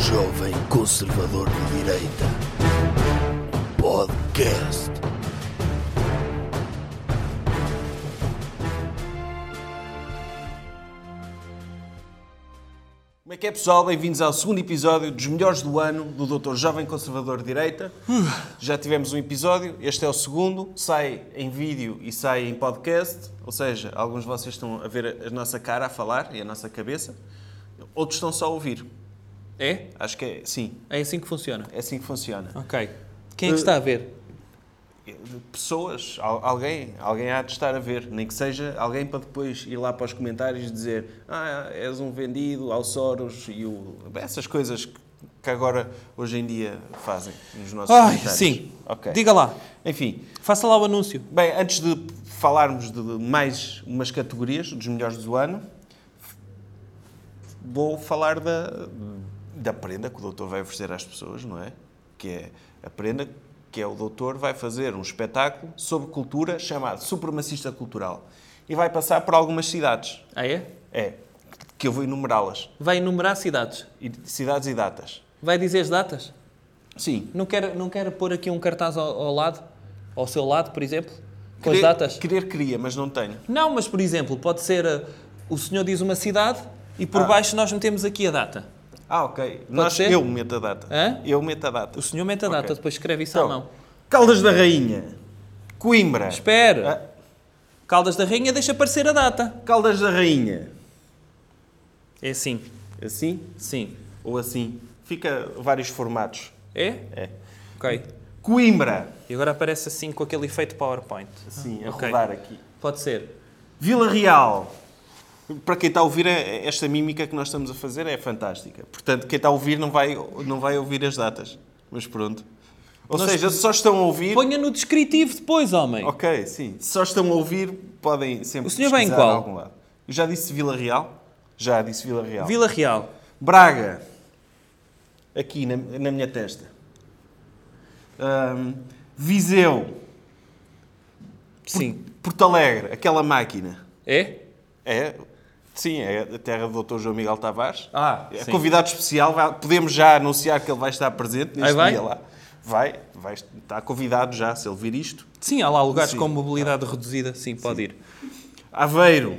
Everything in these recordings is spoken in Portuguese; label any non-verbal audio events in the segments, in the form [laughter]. jovem conservador de direita. Um podcast. Como é que é, pessoal? Bem-vindos ao segundo episódio dos melhores do ano do Doutor Jovem Conservador de Direita. Já tivemos um episódio, este é o segundo, sai em vídeo e sai em podcast, ou seja, alguns de vocês estão a ver a nossa cara a falar e a nossa cabeça, outros estão só a ouvir. É? Acho que é, sim, É assim que funciona. é assim que funciona. Ok. Quem é que está a ver? Pessoas, al- alguém, alguém há de estar a ver, nem que seja alguém para depois ir lá para os comentários dizer ah, és um vendido ao Soros e o... essas coisas que- que agora, hoje em dia, fazem nos nossos Ai, comentários. sim. Ok. Diga lá. Enfim, Faça lá o anúncio. bem, antes de falarmos de mais umas categorias dos melhores do ano, vou falar da, da prenda que o doutor vai oferecer às pessoas, não é? Que é a prenda que é o doutor vai fazer um espetáculo sobre cultura chamado Supremacista Cultural e vai passar por algumas cidades. Ah, é? É, que eu vou enumerá-las. Vai enumerar cidades. E- Cidades e datas. Vai dizer as datas. Sim. Não quer, não quer pôr aqui um cartaz ao, ao lado? Ao seu lado, por exemplo? Com Querer- as datas? Querer queria, mas não tenho. Não, mas por exemplo, pode ser... uh, o senhor diz uma cidade e por Ah. baixo nós metemos aqui a data. Ah, ok. Nós, ser? eu meto a data. Hã? Eu meto a data. O senhor mete a Ok. data, depois escreve isso à Então, mão. Caldas da Rainha, Coimbra, Espere. Ah. Caldas da Rainha deixa aparecer a data. Caldas da Rainha. É assim. Assim Sim. ou assim. Fica vários formatos. É? É. Ok. Coimbra. E agora aparece assim com aquele efeito PowerPoint. Sim, a Ok. rodar aqui. Pode ser. Vila Real. Para quem está a ouvir, é- esta mímica que nós estamos a fazer é fantástica. Portanto, quem está a ouvir não vai, não vai ouvir as datas. Mas pronto. Ou Nós- seja, se só estão a ouvir. Ponha no descritivo depois, homem. Ok, sim. Se só estão a ouvir, podem sempre. O senhor vai em pesquisar qual? algum lado. Eu já disse Vila Real. Já disse Vila Real. Vila Real. Braga. Aqui na, na minha testa. Ahm, Viseu. Sim. Porto Alegre. Aquela máquina. É? É? Sim, é a terra do Dr. João Miguel Tavares. Ah, É sim. Convidado especial. vai- podemos já anunciar que ele vai estar presente neste Aí vai? dia lá. Vai, vai. Está convidado já, se ele vir isto. Sim, há lá lugares Sim. com mobilidade reduzida. Sim, pode ir. Aveiro.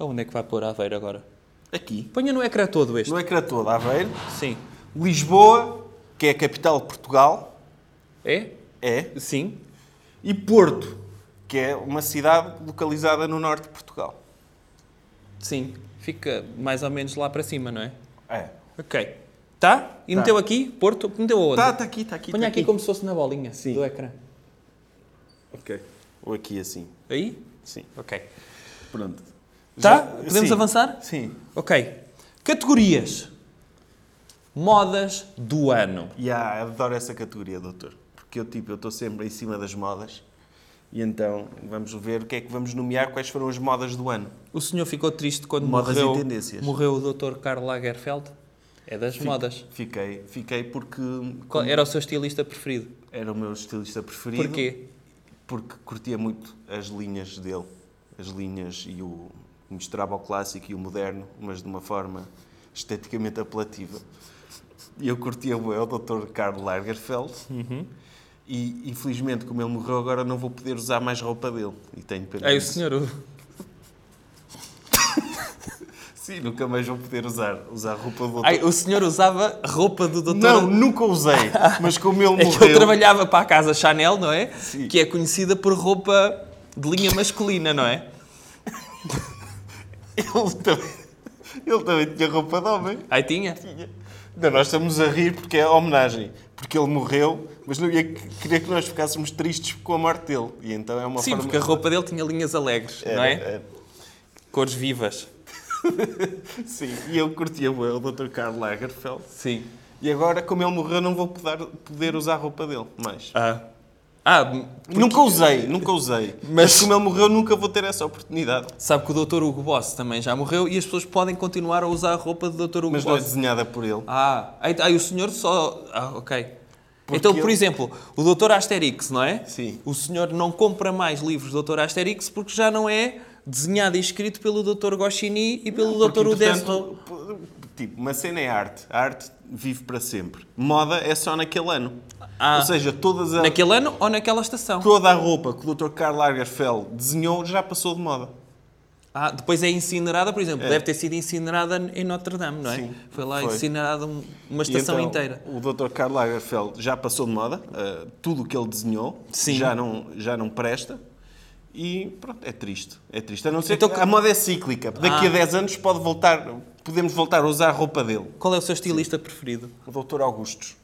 Onde é que vai pôr a Aveiro agora? Aqui. Ponha no ecrã todo este. No ecrã todo, Aveiro. Sim. Lisboa, que é a capital de Portugal. É? É. Sim. e Porto, que é uma cidade localizada no norte de Portugal. Sim. Fica mais ou menos lá para cima, não é? É. Ok. Tá? E meteu aqui? Porto? Meteu aonde? Está aqui, está aqui. Ponha tá aqui, como se fosse na bolinha Sim. do ecrã. Ok. Ou aqui assim. Aí? Sim. Ok. Pronto. Tá? Já- Podemos Sim. avançar? Sim. Ok. Categorias. Modas do ano. E ah, adoro essa categoria, doutor. Porque eu, tipo, eu estou sempre em cima das modas. E então vamos ver o que é que vamos nomear, quais foram as modas do ano. O senhor ficou triste quando Modas e morreu, tendências. morreu o Dr. Karl Lagerfeld? É das modas. Fiquei, fiquei porque Qual era o seu estilista preferido? era o meu estilista preferido. Porquê? Porque curtia muito as linhas dele, as linhas e o misturava o clássico e o moderno, mas de uma forma esteticamente apelativa. E eu curtia bué o Dr. Karl Lagerfeld. Uhum. E infelizmente, como ele morreu agora, não vou poder usar mais roupa dele. E tenho pena. É o disso. senhor. o- Sim, nunca mais vou poder usar, usar roupa do Dr. Ai, o senhor usava roupa do Dr. Não, nunca usei. Mas como ele [laughs] É que ele morreu. trabalhava para a casa Chanel, não é? Sim. Que é conhecida por roupa de linha masculina, não é? Ele também, [laughs] ele também tinha roupa de homem. Aí tinha. Não, nós estamos a rir porque é homenagem. Porque ele morreu, mas não ia queria que nós ficássemos tristes com a morte dele. E então é uma Sim, forma... porque a roupa dele tinha linhas alegres, É, não é? é. Cores vivas. [laughs] Sim, e eu curtia bué o Dr. Karl Lagerfeld. Sim. E agora, como ele morreu, não vou poder, poder usar a roupa dele mais. Ah. Ah, Nunca usei, nunca usei. Mas... Mas- como ele morreu, nunca vou ter essa oportunidade. sabe que o Dr. Hugo Boss também já morreu e as pessoas podem continuar a usar a roupa do Dr. Hugo Mas não é Boss. desenhada por ele. Ah, aí, aí o senhor só. Ah, ok. então, por ele- exemplo, o Dr. Asterix, não é? Sim. O senhor não compra mais livros do Dr. Asterix porque já não é desenhado e escrito pelo Dr. Goscinny e pelo Porque, Dr. entretanto, Udesro. p- Tipo, uma cena é arte. A arte vive para sempre. Moda é só naquele ano. Ah. Ou seja, todas a, Naquele ano ou naquela estação? toda a roupa que o Dr. Karl Lagerfeld desenhou já passou de moda. Ah, depois é incinerada, por exemplo. Deve ter sido incinerada em Notre Dame, não é? Sim, foi lá foi. incinerada um- uma E estação então, inteira. O Dr. Karl Lagerfeld já passou de moda. ah, tudo o que ele desenhou Sim. Já, não, já não presta. E pronto, é triste. É triste. A não ser Então, Ah. que a moda é cíclica. Daqui a 10 anos pode voltar, podemos voltar a usar a roupa dele. Qual é o seu estilista preferido? O Dr. Augustos.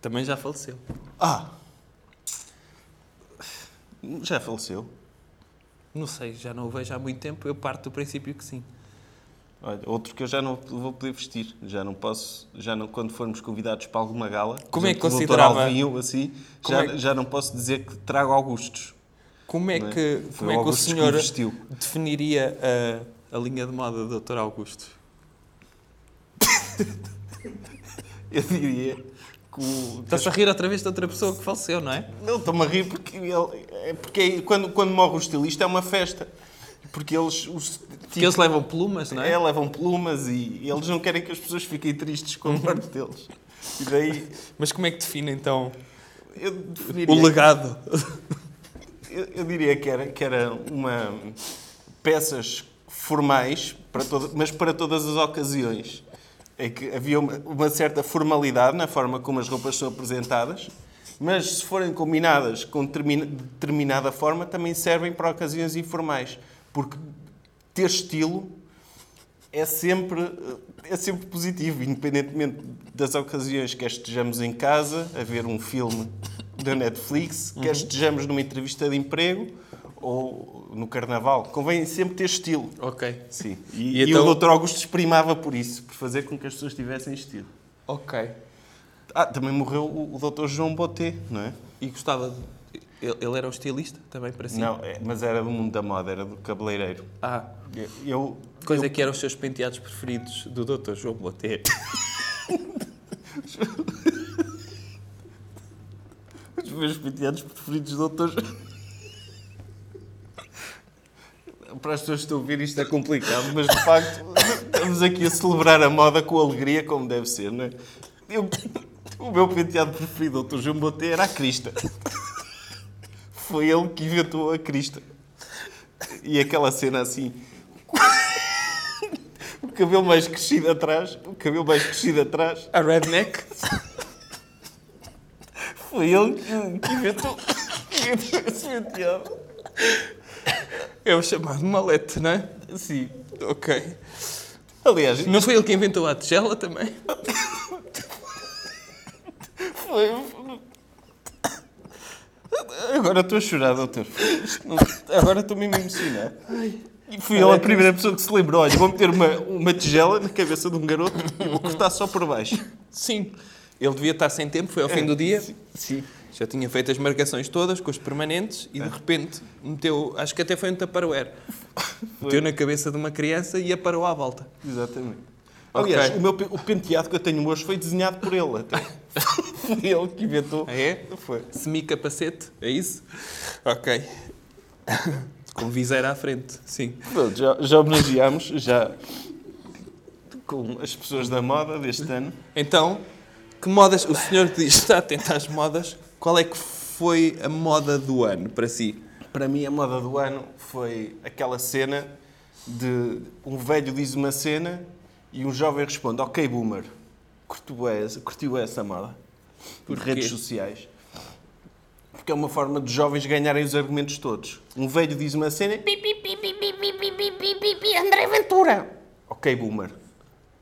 Também já faleceu. Ah! Já faleceu. Não sei, já não o vejo há muito tempo. Eu parto do princípio que sim. Olha, outro que eu já não vou poder vestir. Já não posso, já não, quando formos convidados para alguma gala, por Como é que exemplo, considerava- o Dr. Alvinho, assim, Como já, é que- já não posso dizer que trago Augustos. Como é é? que, Foi como o é que o Augusto que senhor investiu. definiria a, a linha de moda do Dr. Augusto? Eu diria que o... Está-se a rir outra vez de outra pessoa que faleceu, não é? Não, estou-me a rir porque, ele, é porque é- quando, quando morre o estilista é uma festa. Porque eles, os, Que eles levam plumas, não é? é, levam plumas e eles não querem que as pessoas fiquem tristes com a morte deles. E daí Mas como é que define então eu definiria... o legado? Eu, eu diria que era, que era uma peças formais, para todo- mas para todas as ocasiões. É que havia uma, uma certa formalidade na forma como as roupas são apresentadas, mas se forem combinadas com determin- determinada forma, também servem para ocasiões informais. Porque ter estilo é sempre, eh, é sempre positivo, independentemente das ocasiões, quer estejamos em casa a ver um filme da Netflix, quer estejamos numa entrevista de emprego ou no carnaval. Convém sempre ter estilo. Ok. Sim. E, E e então- o Dr. Augusto exprimava por isso, por fazer com que as pessoas tivessem estilo. Ok. Ah, também morreu o, o Dr. João Boté, não é? E gostava de... Ele, ele era um estilista também para si? Não, é- mas era do mundo da moda, era do cabeleireiro. Ah, Eu, coisa que eram os seus penteados preferidos do Dr. João Boté. Os meus penteados preferidos do Dr. Para as pessoas que estão a ouvir isto é complicado, mas de facto estamos aqui a celebrar a moda com alegria, como deve ser, não é? Eu- o meu penteado preferido, Dr. João Boté, era a crista. Foi ele que inventou a crista. E aquela cena assim... O cabelo mais crescido atrás, o cabelo mais crescido atrás, A redneck? foi ele que que inventou, que inventou esse penteado. É o chamado malete, não é? Sim. Ok. Aliás, Não foi ele que inventou a tigela também? foi. um- Agora estou a chorar, doutor. Agora estou-me a emocionar. E fui é ele a primeira pessoa que se lembrou: olha, vou meter uma, uma tigela na cabeça de um garoto e vou cortar só por baixo. Sim. Ele devia estar sem tempo, foi ao fim do dia. Sim. É. Já tinha feito as marcações todas com os permanentes e de repente meteu, acho que até foi [laughs] um taparware. Meteu na cabeça de uma criança e aparou à volta. Exatamente. Aliás, Ok. o, meu, pe- o penteado que eu tenho hoje foi desenhado por ele até. [laughs] Foi ele que inventou. Ah, é? Foi. Semi-capacete, é isso? Ok. [laughs] Com viseira à frente, sim. Pronto, já, já homenageámos, já. com as pessoas da moda deste ano. Então, que modas, o senhor que diz que está atento às modas, qual é que foi a moda do ano para si? Para mim, a moda do ano foi aquela cena de um velho diz uma cena e um jovem responde: Ok, boomer, curtiu bué essa, curti bué essa moda? Por Porquê? redes sociais. Porque é uma forma dos jovens ganharem os argumentos todos. Um velho diz uma cena e. Pi, pi, pi, pi, pi, pi, pi, pi, pi, pi, pi, André Ventura. Ok, boomer.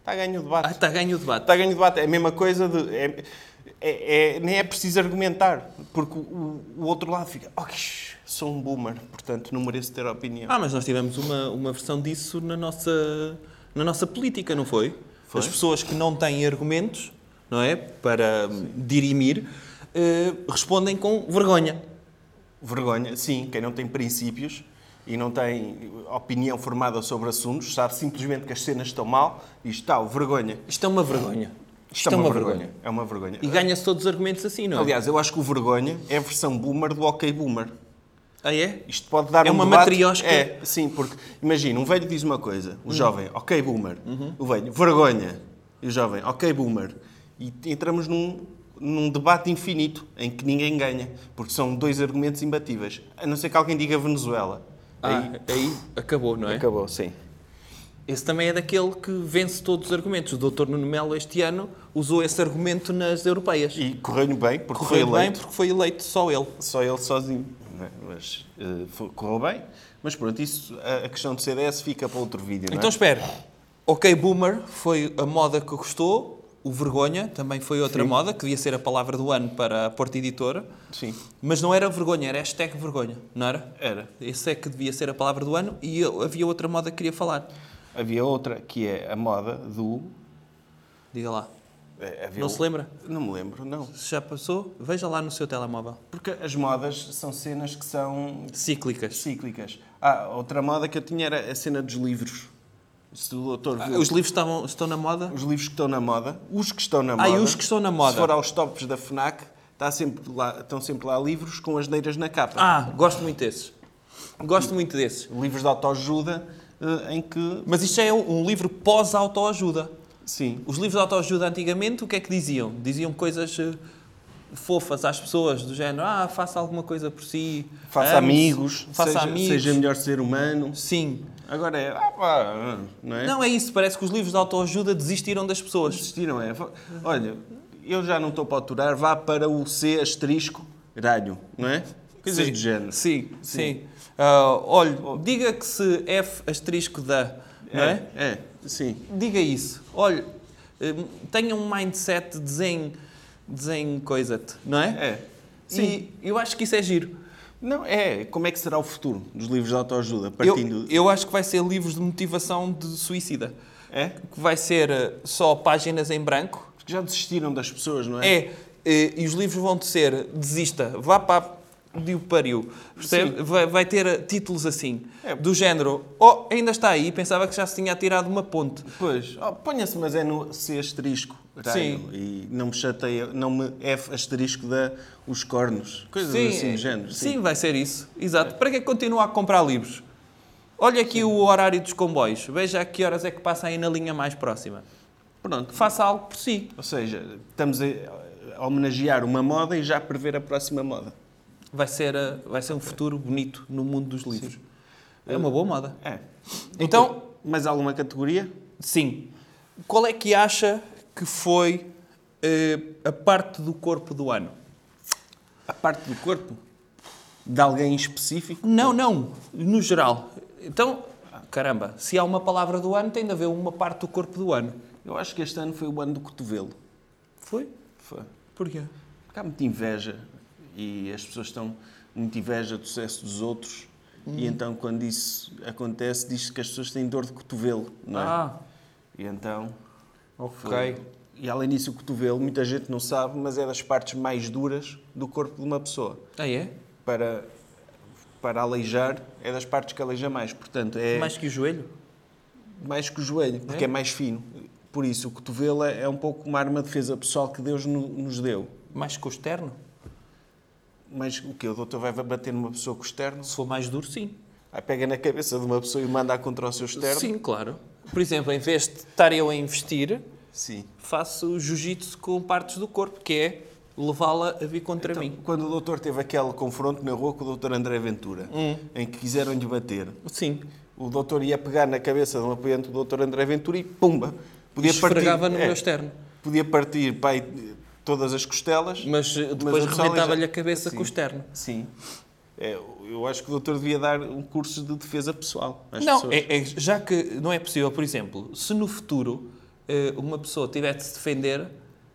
Está a ganho o Ah, debate. está a ganho o debate. Está a ganho o debate. É a mesma coisa de. é- é- é- nem é preciso argumentar, porque o, o outro lado fica, ok, sou um boomer, portanto não mereço ter opinião. Ah, mas nós tivemos uma, uma versão disso na nossa, na nossa política, não foi? Foi. As pessoas que não têm argumentos, não é? Para hum, dirimir, eh, respondem com vergonha. Vergonha, sim, quem não tem princípios e não tem opinião formada sobre assuntos, sabe simplesmente que as cenas estão mal e está o vergonha. Isto é uma vergonha. Isto é uma vergonha. É uma vergonha. E ganha-se todos os argumentos assim, não é? Aliás, eu acho que o vergonha é a versão boomer do ok boomer. Ah, é? Isto pode dar É um uma debate. matriosca. É, sim, porque imagina, um velho diz uma coisa, o jovem, ok boomer, o velho, vergonha, e o jovem, ok boomer. E t- entramos num, num debate infinito em que ninguém ganha, porque são dois argumentos imbatíveis, a não ser que alguém diga Venezuela. Ah, aí, acabou, não é? acabou, sim. Esse também é daquele que vence todos os argumentos. O doutor Nuno Melo, este ano, usou esse argumento nas europeias. E correu-lhe bem, porque foi Correu eleito. bem porque foi eleito só ele. só ele sozinho. não é? Mas eh, foi- correu bem. Mas pronto, isso, a, a questão do CDS fica para outro vídeo, não é? Então espera. Ok, Boomer foi a moda que gostou. O Vergonha também foi outra moda, que devia ser a palavra do ano para a Porta Editora. Sim. Mas não era vergonha, era hashtag vergonha, não era? Era. Esse é que devia ser a palavra do ano e eu- havia outra moda que queria falar. Havia outra, que é a moda do... Diga lá. eh, havia Não o- se lembra? Não me lembro, não. Se já passou, veja lá no seu telemóvel. Porque as modas são cenas que são Cíclicas. cíclicas. Ah, outra moda que eu tinha era a cena dos livros. Se o doutor Ah, viu Os livros estavam, estão na moda? os livros que estão na moda, os que estão na Ah, e moda... os que estão na moda. Se for aos tops da FNAC, está sempre lá, estão sempre lá livros com as neiras na capa. Ah, gosto muito desses. Gosto muito desses. livros de autoajuda eh, em que. Mas isto já é um um livro pós-autoajuda. Sim. Os livros de autoajuda antigamente, o que é que diziam? Diziam coisas eh, fofas às pessoas, do género, ah, faça alguma coisa por si. Faça ame-se, amigos, Faça seja, amigos. seja melhor ser humano. Sim. Agora é. Ah, pá, não é? Não, é isso. Parece que os livros de autoajuda desistiram das pessoas. Desistiram, é. Fa- Olha, eu já não estou para aturar, vá para o C asterisco ralho, não é? Coisas sim. do género. Oh. Sim, sim. Ah, olha, diga que se F asterisco da, não é? É, é, sim. Diga isso. Olha, hum, tenha um mindset, desenho, desenho coisa-te, não é? É. Sim. E eu acho que isso é giro. Não, é. Como é que será o futuro dos livros de autoajuda? Eu, Partindo. eu acho que vai ser livros de motivação de suicida. É? Que vai ser eh, só páginas em branco. Porque já desistiram das pessoas, não é? É, eh, e os livros vão de ser desista, vá para a de o pariu. Percebe? Vai, vai ter eh, títulos assim, É. do género Oh, ainda está aí, pensava que já se tinha atirado uma ponte. Pois, oh, ponha-se, mas é no C asterisco. Raio, Sim. E não me chateia, não me F asterisco da os cornos. Coisas assim é. do género. Sim, vai ser isso. Exato. Para que é que continua a comprar livros? Olha aqui o horário dos comboios. Veja a que horas é que passa aí na linha mais próxima. Pronto. Faça algo por si. Ou seja, estamos a a homenagear uma moda e já prever a próxima moda. Vai ser, eh, vai ser um futuro bonito no mundo dos livros. É uma boa moda. É. Então, Mais alguma categoria? Sim. Qual é que acha que foi eh, a parte do corpo do ano? A parte do corpo? De alguém específico? Não, não. No geral. Então, caramba, se há uma palavra do ano, tem de haver uma parte do corpo do ano. Eu acho que este ano foi o ano do cotovelo. Foi? Foi. Porquê? Porque há muita inveja e as pessoas estão muito inveja do sucesso dos outros Uhum. e então quando isso acontece diz-se que as pessoas têm dor de cotovelo, não é? Ah, E então... ok. E além disso o cotovelo, muita gente não sabe, mas é das partes mais duras do corpo de uma pessoa. Ah, é? Para, para aleijar, é das partes que aleija mais. Portanto, é mais, Mais que o joelho? que o joelho, porque é? mais fino. Por isso, o cotovelo é é um pouco uma arma de defesa pessoal que Deus no- nos deu. Mais que o externo? Mas o que O doutor vai bater numa pessoa com o externo? Se for mais duro, sim. Aí pega na cabeça de uma pessoa e manda contra o seu externo? Sim, claro. Por exemplo, em vez de estar eu a investir, Sim. faço jiu-jitsu com partes do corpo, que é levá-la a vir contra mim. Quando o doutor teve aquele confronto na rua com o doutor André Ventura, Hum. em que quiseram-lhe bater, Sim. o doutor ia pegar na cabeça de um apoiante do doutor André Ventura e pumba! Podia esfregava no é, meu externo. Podia partir pá, e- todas as costelas. Mas eh, mas depois a pessoa rebentava-lhe a aleija- cabeça Sim. com o externo. Sim. É, eu acho que o doutor devia dar um curso de defesa pessoal às não, pessoas. é- é- já que não é possível, por exemplo, se no futuro eh, uma pessoa tiver de se defender,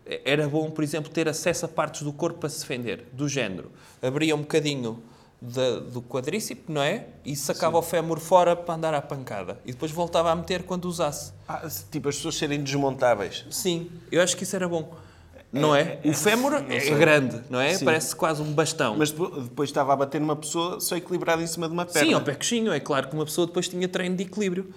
eh, era bom, por exemplo, ter acesso a partes do corpo para se defender, do género. Abria um bocadinho da- do quadríceps, não é? E sacava o fémur fora para andar à pancada. E depois voltava a meter quando usasse. Ah, tipo, as pessoas serem desmontáveis. Sim, eu acho que isso era bom. Não é? O fémur é grande, não é? Sim. Parece quase um bastão. Mas depo- depois estava a bater numa pessoa só equilibrada em cima de uma perna. Sim, ao pé coxinho. É claro que uma pessoa depois tinha treino de equilíbrio.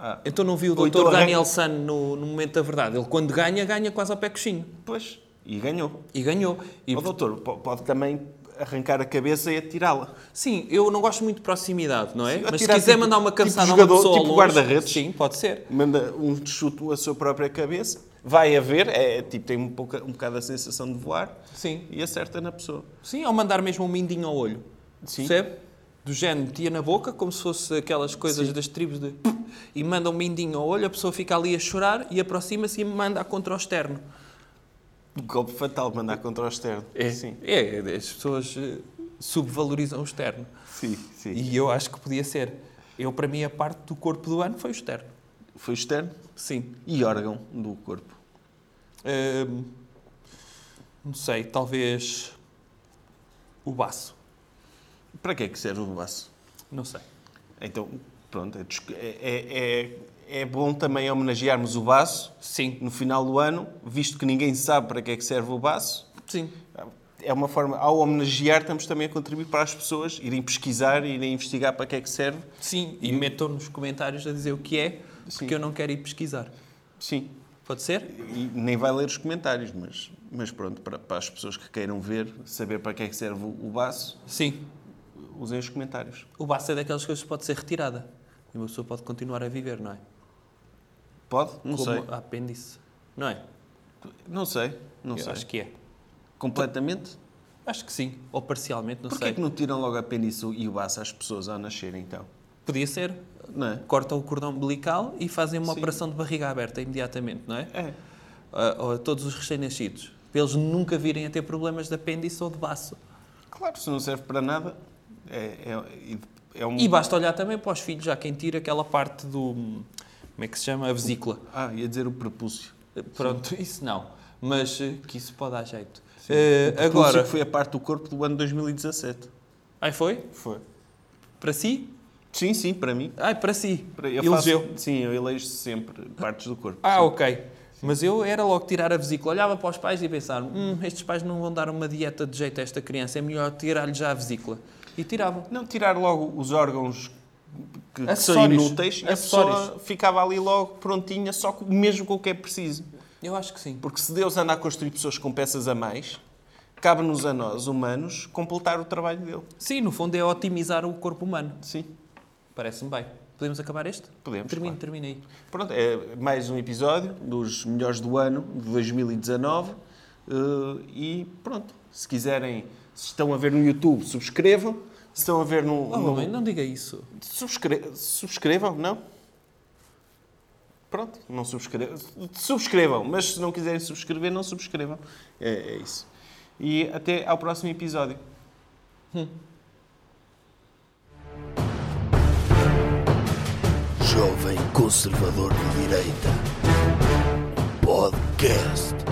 Ah. Então não vi o Ou doutor então arranca- Daniel San no, no momento da verdade. Ele quando ganha, ganha quase ao pé coxinho. Pois, e ganhou. E ganhou. E o doutor po- pode também arrancar a cabeça e atirá-la. Sim, eu não gosto muito de proximidade, não é? Sim, Mas se atirar quiser tipo- mandar uma tipo cansada a uma jogador, pessoa tipo longe, guarda-redes. Sim, pode ser. Manda um chute à sua própria cabeça, vai a ver, é, tipo, tem um, pouca, um bocado a sensação de voar Sim. e acerta na pessoa. Sim, ou mandar mesmo um mindinho ao olho. Sim. Percebe? Do género, metia na boca, como se fosse aquelas coisas das tribos de... E manda um mindinho ao olho, a pessoa fica ali a chorar e aproxima-se e manda contra o externo. Um golpe fatal, mandar contra o externo. Sim. É, as pessoas eh, subvalorizam o externo. Sim, sim. E eu acho que podia ser. Eu, para mim, a parte do corpo do ano foi o externo. Foi o externo Sim. e órgão do corpo. Ahm, não sei, talvez o baço. Para que é que serve o baço? Não sei. Então, pronto, é, discu- é, é, é bom também homenagearmos o baço Sim. no final do ano, visto que ninguém sabe para que é que serve o baço. Sim. É uma forma, ao homenagear, estamos também a contribuir para as pessoas irem pesquisar, irem investigar para que é que serve. Sim. E metam nos comentários a dizer o que é, Sim. porque eu não quero ir pesquisar. Sim, Pode ser? e nem vai ler os comentários, mas, mas pronto, para, para as pessoas que queiram ver, saber para que é que serve o, o baço, Sim. usem os comentários. O baço é daquelas coisas que pode ser retirada. E uma pessoa pode continuar a viver, não é? Pode? Não Como sei. a apêndice. Não é? Não sei, não eu sei. acho que é. Completamente? Acho que sim. Ou parcialmente, não Porquê sei. que não tiram logo a apêndice e o baço às pessoas ao nascer, então? Podia ser. Não é? Cortam o cordão umbilical e fazem uma operação de barriga aberta imediatamente, não é? É. a, ou a todos os recém-nascidos, para eles nunca virem a ter problemas de apêndice ou de baço. Claro, se não serve para nada, é, é, é um... E basta olhar também para os filhos, já quem tira aquela parte do. Como é que se chama? A vesícula. Eh, Ah, ia dizer o prepúcio. Pronto, isso não. Mas eh, que isso pode dar jeito. O Eh, prepúcio agora. que tipo, foi a parte do corpo do ano 2017. Ai, foi? Foi. Para si? Sim, sim, para mim. Ai, para si. Para- Elegeu. faço- sim, eu elejo sempre partes do corpo. Ah, ok. Mas eu era logo tirar a vesícula. Olhava para os pais e pensava: hum, estes pais não vão dar uma dieta de jeito a esta criança, é melhor tirar-lhe já a vesícula. E tiravam. Não tirar logo os órgãos que, que são Acessórios. inúteis e a pessoa Acessórios. ficava ali logo prontinha, só com, mesmo com o que é preciso. Eu acho que sim. Porque se Deus anda a construir pessoas com peças a mais, cabe-nos a nós, humanos, completar o trabalho dele. Sim, no fundo é otimizar o corpo humano. Sim. Parece-me bem. Podemos acabar este? Podemos, Termino, claro. termina aí. Pronto, é mais um episódio dos melhores do ano de 2019. eh, e pronto, se quiserem, se estão a ver no YouTube, subscrevam. Se estão a ver no. Oh, no- homem, não diga isso. subscre- subscrevam, não? Pronto, não subscrevam. Subscrevam, mas se não quiserem subscrever, não subscrevam. É, é isso. E até ao próximo episódio. Jovem Conservador de Direita. Podcast.